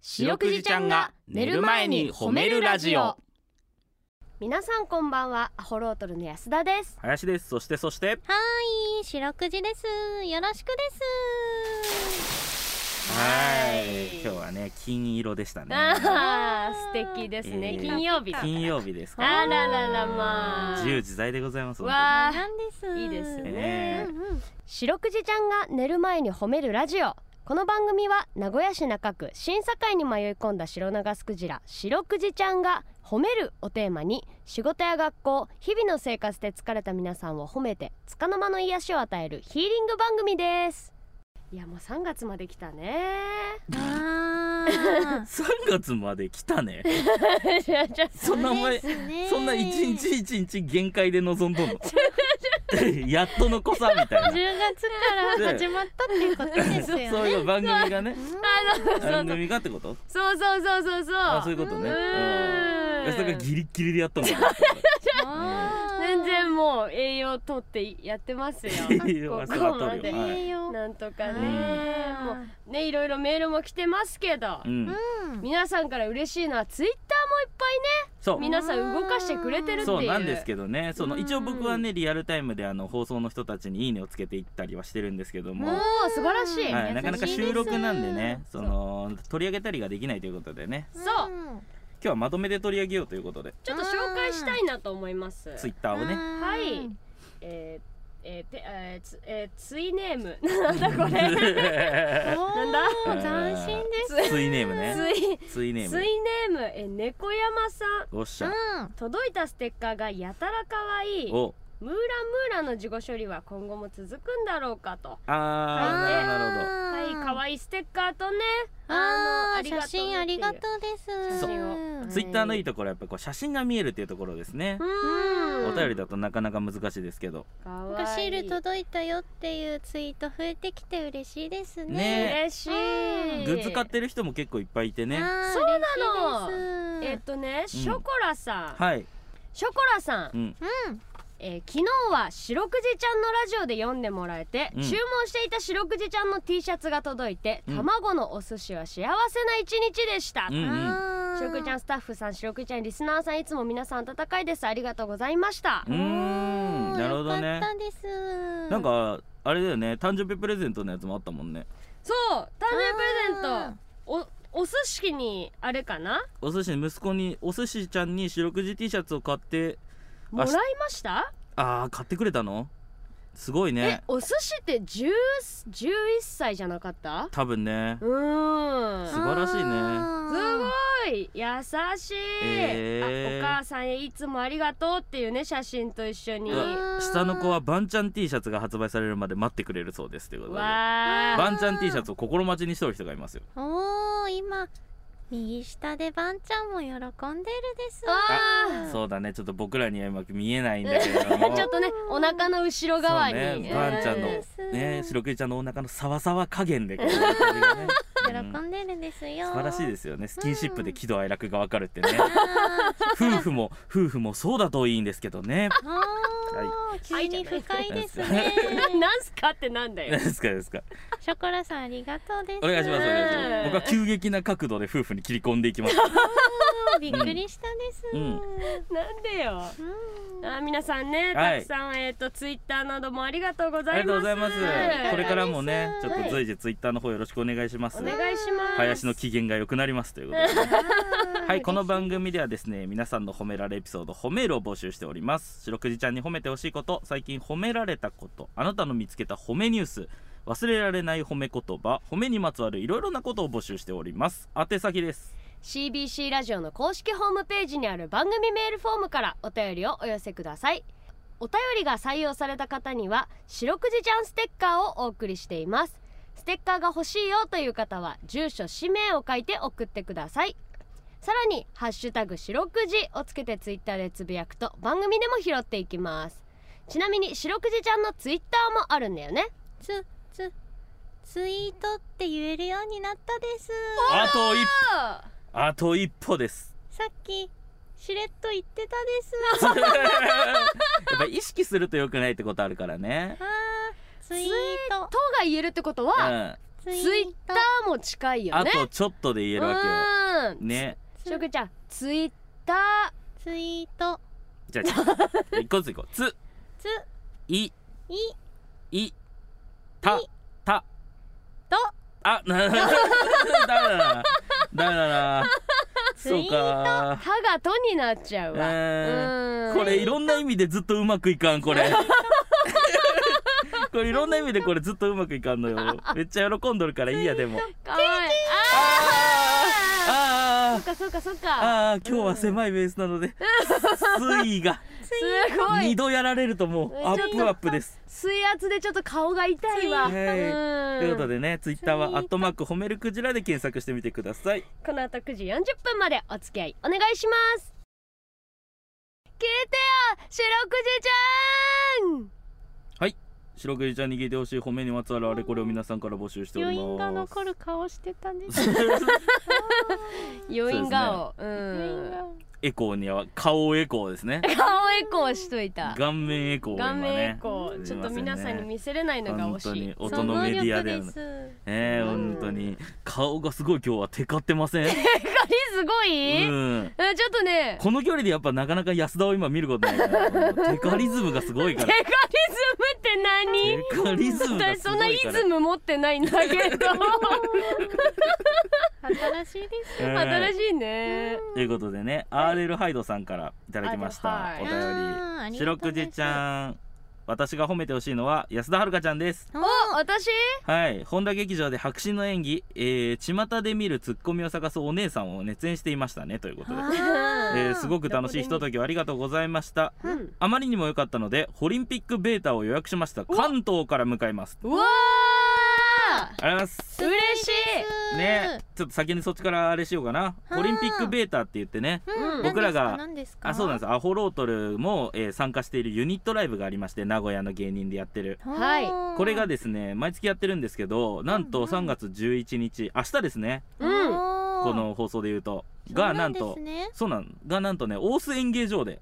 白くじちゃんが寝る前に褒めるラジオ皆さんこんばんはアホロートルの安田です林ですそしてそしてはーい、白くじです。よろしくです。はい今日はね金色でした ねあー素敵ですね、えー金曜日だ金曜日ですからあらららまあ自由自在でございますわなんです。いいですねうんうん。白くじちゃんが寝る前に褒めるラジオこの番組は名古屋市中区審査会に迷い込んだ白長スクジラ白くじちゃんが褒めるをテーマに仕事や学校日々の生活で疲れた皆さんを褒めて束の間の癒しを与えるヒーリング番組ですいやもう3月まで来たねああ。 3月まで来 たねじゃあじゃあそんな お前そんな一日一日限界で臨んど んのやっとの子さみたいな10月から始まったっていうことですそようね。いう番組がねあのそう番組がってことそうそうそうそうそうあそういうことねううんーん安田がギリッギリでやったのかあー全。然もう栄養とってやってますよ栄養はこそらこ取るまでよは栄養。なんとあかねーもうねいろいろメールも来てますけど、なうんうん。皆さんから嬉しいのはツイッタそーもう皆さん動かしてくれてるっていうそうなんですけどねそのうん一応僕はねリアルタイムであの放送の人たちに「いいね」をつけていったりはしてるんですけどもうも、素晴らしい、んはい、なかなか収録なんでねそそうの取り上げたりができないということでねそううん。今日はまとめて取り上げようということでちょっと紹介したいなと思いますツイッターをねはいえーえーてえーつえーツイネーム なんだこれ なんだ斬新です。ツイネームねツイツイネーツムイネームえー猫山さんおっしうゃん。届いたステッカーがやたら可愛いおムーランムーランの自己処理は今後も続くんだろうかとあーなるほどはい可愛いステッカーとねああのあ写真ありがとうです。そうツイッターのいいところはやっぱこう写真が見えるっていうところですねう。ーんお便りだとなかなか難しいですけど。かなんわいかいシール届いたよっていうツイート増えてきて嬉しいですね。ね嬉しいグッズ買ってる人も結構いっぱいいてね。そうななのええっとねショコラさん、はい。ショコラさん、うん。うん。えー昨日は白くじちゃんのラジオで読んでもらえて、うん注文していた白くじちゃんの T シャツが届いて、うん卵のお寿司は幸せな一日でした、うしんうん。あーろくじちゃんスタッフさんしろくじちゃんリスナーさんいつも皆さん温かいですありがとうございましたうーん。なるほどよねかっ。たです。なんかあれだよね。誕生日プレゼントのやつもあったもんね。そう誕あー、生日プレゼントおお寿司にあれかなお寿司に息子にお寿司ちゃんに四六時 T シャツを買って、もらいました、ああ買ってくれたの？すごいねえ。お寿司って10 11歳じゃなかった多分ねう。ーん素晴らしいねあすーごい優しい、えあーお母さんへいつもありがとうっていうね写真と一緒にうわわ下の子はバンちゃん T シャツが発売されるまで待ってくれるそうですということで。ーバンちゃん T シャツを心待ちにしてる人がいますよ。おお、今右下でバンちゃんも喜んでるです。あうんそうだね、ちょっと僕らにはうまく見えないんだけれども。ちょっとねお腹の後ろ側に、そうね、えバンちゃんうの、ね、白くじちゃんのお腹のさわさわ加減でこう、喜びがねうん喜んでるんですよ。。素晴らしいですすよね。スキンシップで喜怒哀楽がわかるってね。あ夫婦も、夫婦もそうだといいんですけどね。ーあー、急に深いです ね。ん、なんすかってなんだ何よですか、何ですか。ショコラさんありがとうです。お願いします、お願いしまうんす。僕は急激な角度で夫婦に切り込んでいきます。うんびっくりしたです。うんなんでようんあー皆さんね、はいたくさんえっ、とツイッターなどもありがとうござありいがとうまごすざいますはい。これからもね、ちょいっと随時ツイッターの方よろしくお願いしますお。願いします林の機嫌が良くなりますということで。はい、この番組ではですね、皆さんの褒められエピソード、褒めるを募集しております。白くじちゃんに褒めてほしいこと、最近褒められたこと、あなたの見つけた褒めニュース、忘れられない褒め言葉、褒めにまつわるいろいろなことを募集しております。宛先です。 CBC ラジオの公式ホームページにある番組メールフォームからお便りをお寄せくださいお便りが採用された方には「白くじちゃんステッカー」をお送りしていますステッカーが欲しいよという方は住所氏名を書いて送ってくださいさらに「ハッシュタグ白くじ」をつけてツイッターでつぶやくと番組でも拾っていきますちなみに白くじちゃんのツイッターもあるんだよねつつツイートって言えるようになったです。あと一歩、あと一歩です。さっきしれっと言ってたです。やっぱ意識すると良くないってことあるからね。あーツイートとが言えるってことうはん。ツツイッターも近いよあねとちょっとで言えるわけようんねしろくちゃんツイッタツイート じゃあ一個ずつ行こうつついいいたいたとあな ダメだなダメだなツそうイートーか歯がとになっちゃうわ、えうーんこれいろんな意味でずっとうまくいかん これこれいろんな意味でこれずっとうまくいかんのよめっちゃ喜んどるからいいやでもかわいいあーそあーっかそっかそっかあー今日は狭いベースなので水位がすごい2度やられるともうアップアップです水圧でちょっと顔が痛いわ、水ということうんでねツイッターはツイ「ーアットマーク褒めるクジラ」で検索してみてくださいこの後9時40分までお付き合いお願いします聞いてよ白くじちゃん白くじちゃんに聞いてほしい褒めにまつわるあれこれを皆さんから募集しておりま余す韻が残る顔してたね 余韻顔う,、余韻がエコーには顔エコーですねん顔エコーしといた顔面エコーを今顔面エねコー、すちいょっまとせんね皆さんに見せれないのが本惜当しいに音のメディアであるその能力ですえうえん本当に顔がすごい今日はテカってません、光すごい、うん、えちょっとねこの距離でやっぱなかなか安田を今見ることないからもうテカリズムがすごいかテらカリズムって何テカリズムが私すそごんないイからズム持ってないんだけど新しいで えすえ新しいねということでね RL ハイドさんからいただきましたあおりが便とうあーありり白がとくうございますじちゃん私が褒めてほしいのは安田遥ちゃんですおあ私はい本田劇場で迫真の演技、えー、巷で見るツッコミを探すお姉さんを熱演していましたねということで、えあーー、すごく楽しいひとときをありがとうございましたうんあまりにも良かったのでホリンピックベータを予約しました関東から向かいますうわーありがとうございます嬉しねちょっと先にそっちからあれしようかなあーホリンピックベータって言ってねうん僕らが何ですかあそうなんですすアホロートルも、えー参加しているユニットライブがありまして名古屋の芸人でやってるはいこれがでですね毎月やってるんですけどなんうんとうん3月11日明日ですねうんこの放送で言うとがなんとそうなんがなんとね大須演芸場で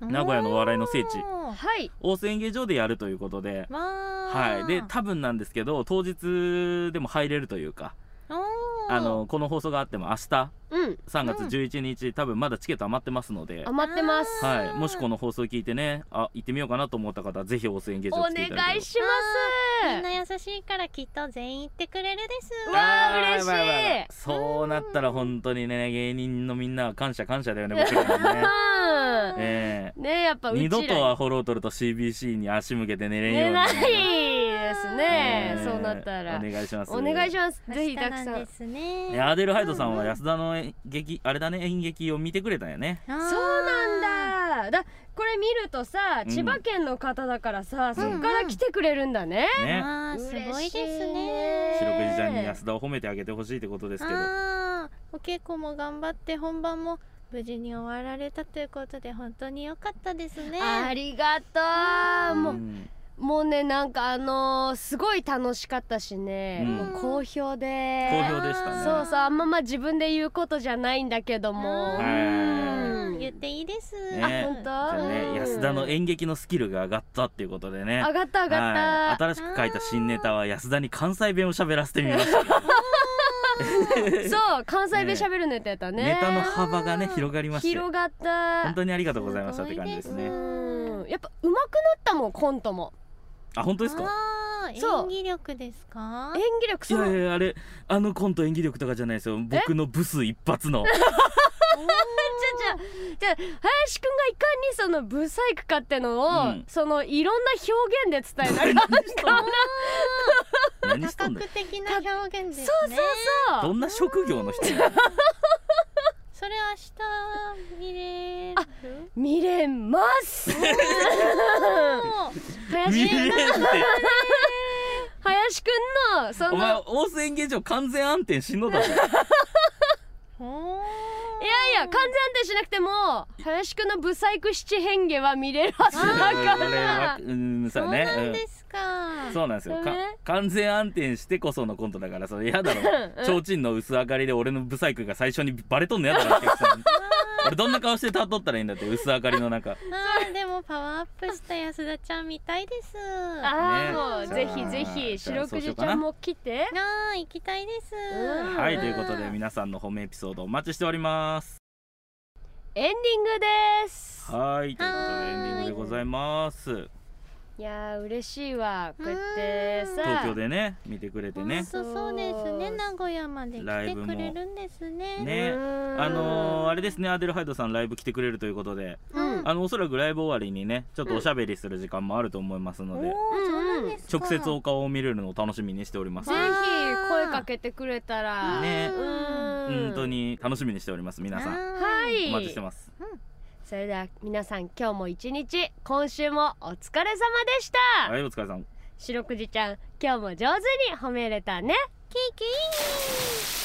名古屋のお笑いの聖い地はい大須演芸場でやるということでははいで多分なんですけど当日でも入れるというかあのこの放送があっても明日うん3月11日、多分まだチケット余ってますので、余ってますあはい、もしこの放送聞いてねあ行ってみようかなと思った方はぜひ大須演芸お場願来ていただけいれしみまんな優しいからきっと全員行ってくれるですばわあ嬉しいわあわあわあそうなったら本当にね芸人のみんなは感謝感謝だよね僕らもねす うんええねやっぱうちら二度とアホロートルと CBC に足向けて寝れんよう寝にないですね、ええそうなったらお願いしますお願いしまますぜひたくさん明日なんですねアデルハイドさんうんうはん安田の演劇あれだね演劇を見てくれたんやねそうそうなんだだこれ見るとさうん千葉県の方だからさ、そっかうらんうん来てくれるんだね、ねあー嬉すしごいですね白くじちゃんに安田を褒めてあげてほしいってことですけどあーお稽古も頑張って本番も無事に終わられたということで本当に良かったですねありがとう、もうんもうねなんかあのーすごい楽しかったしね、うんもう好評で好評でしたねそうそうあんままあ自分で言うことじゃないんだけども、はうん言っていいです、ね、あ本当じゃあうんね、安田の演劇のスキルが上がったっていうことでね。上がった上がった、はい新しく書いた新ネタは安田に関西弁を喋らせてみました。そう関西弁喋るネタやったねネタの幅がね広がりまして、広がった本当にありがとうございましたって感じですすごいでねす。うんやっぱ上手くなったもんコントもあ本当ですか？あーそう演技力ですか演技力いすごやいいやあれあのコント演技力とかじゃないですよ。僕のブス一発の。じゃあじゃあじゃあ林くんがいかにそのブサイクかってのを、うんそのいろんな表現で伝えながら 何多しとん だ角よ。的な表現ですねそうそうそどうんな職業の人？ それ明日見れる見れますあ見林くれんんって。林くんのそお前の大須演芸場完全暗転しんのだぞ。ほいやいや完全安定しなくても林くんのブサイク七変化は見れるはずだかこれはらうんそそううね。なんうんですか、 そうなんですよ、かね完全暗転してこそのコントだ からそれ嫌だろうん 提灯の薄明かりで俺のブサイクが最初にバレとんのやだろお客さんにあ俺どんな顔して立っとったらいいんだって薄明かりの 中あーでもパワーアップした安田ちゃん見たいですあああ、ねもうぜひぜひじゃ白あくそうしじようちかなゃんも来てあー行きたいですうんはいということで皆さんの褒めエピソードお待ちしておりますエンディングですはいということでエンディングでございますいやー嬉しいわこうやってさ東京でね見てくれて本ね当そうですね名古屋までラ来イてブくもれるんですねねあのー、あれですねアデルハイドさんライブ来てくれるということでうんあのおそらくライブ終わりにねちょっとおしゃべりする時間もあると思いますおのおで、ーそうなんですか直接お顔を見れるのを楽しみにしておりますぜひ声かけてくれたらねうん本当に楽しみにしております皆さんはおい待ちしてますそれでは皆さん今日も一日今週もお疲れ様でした、はいお疲れさん白くじちゃん今日も上手に褒めれたねキキー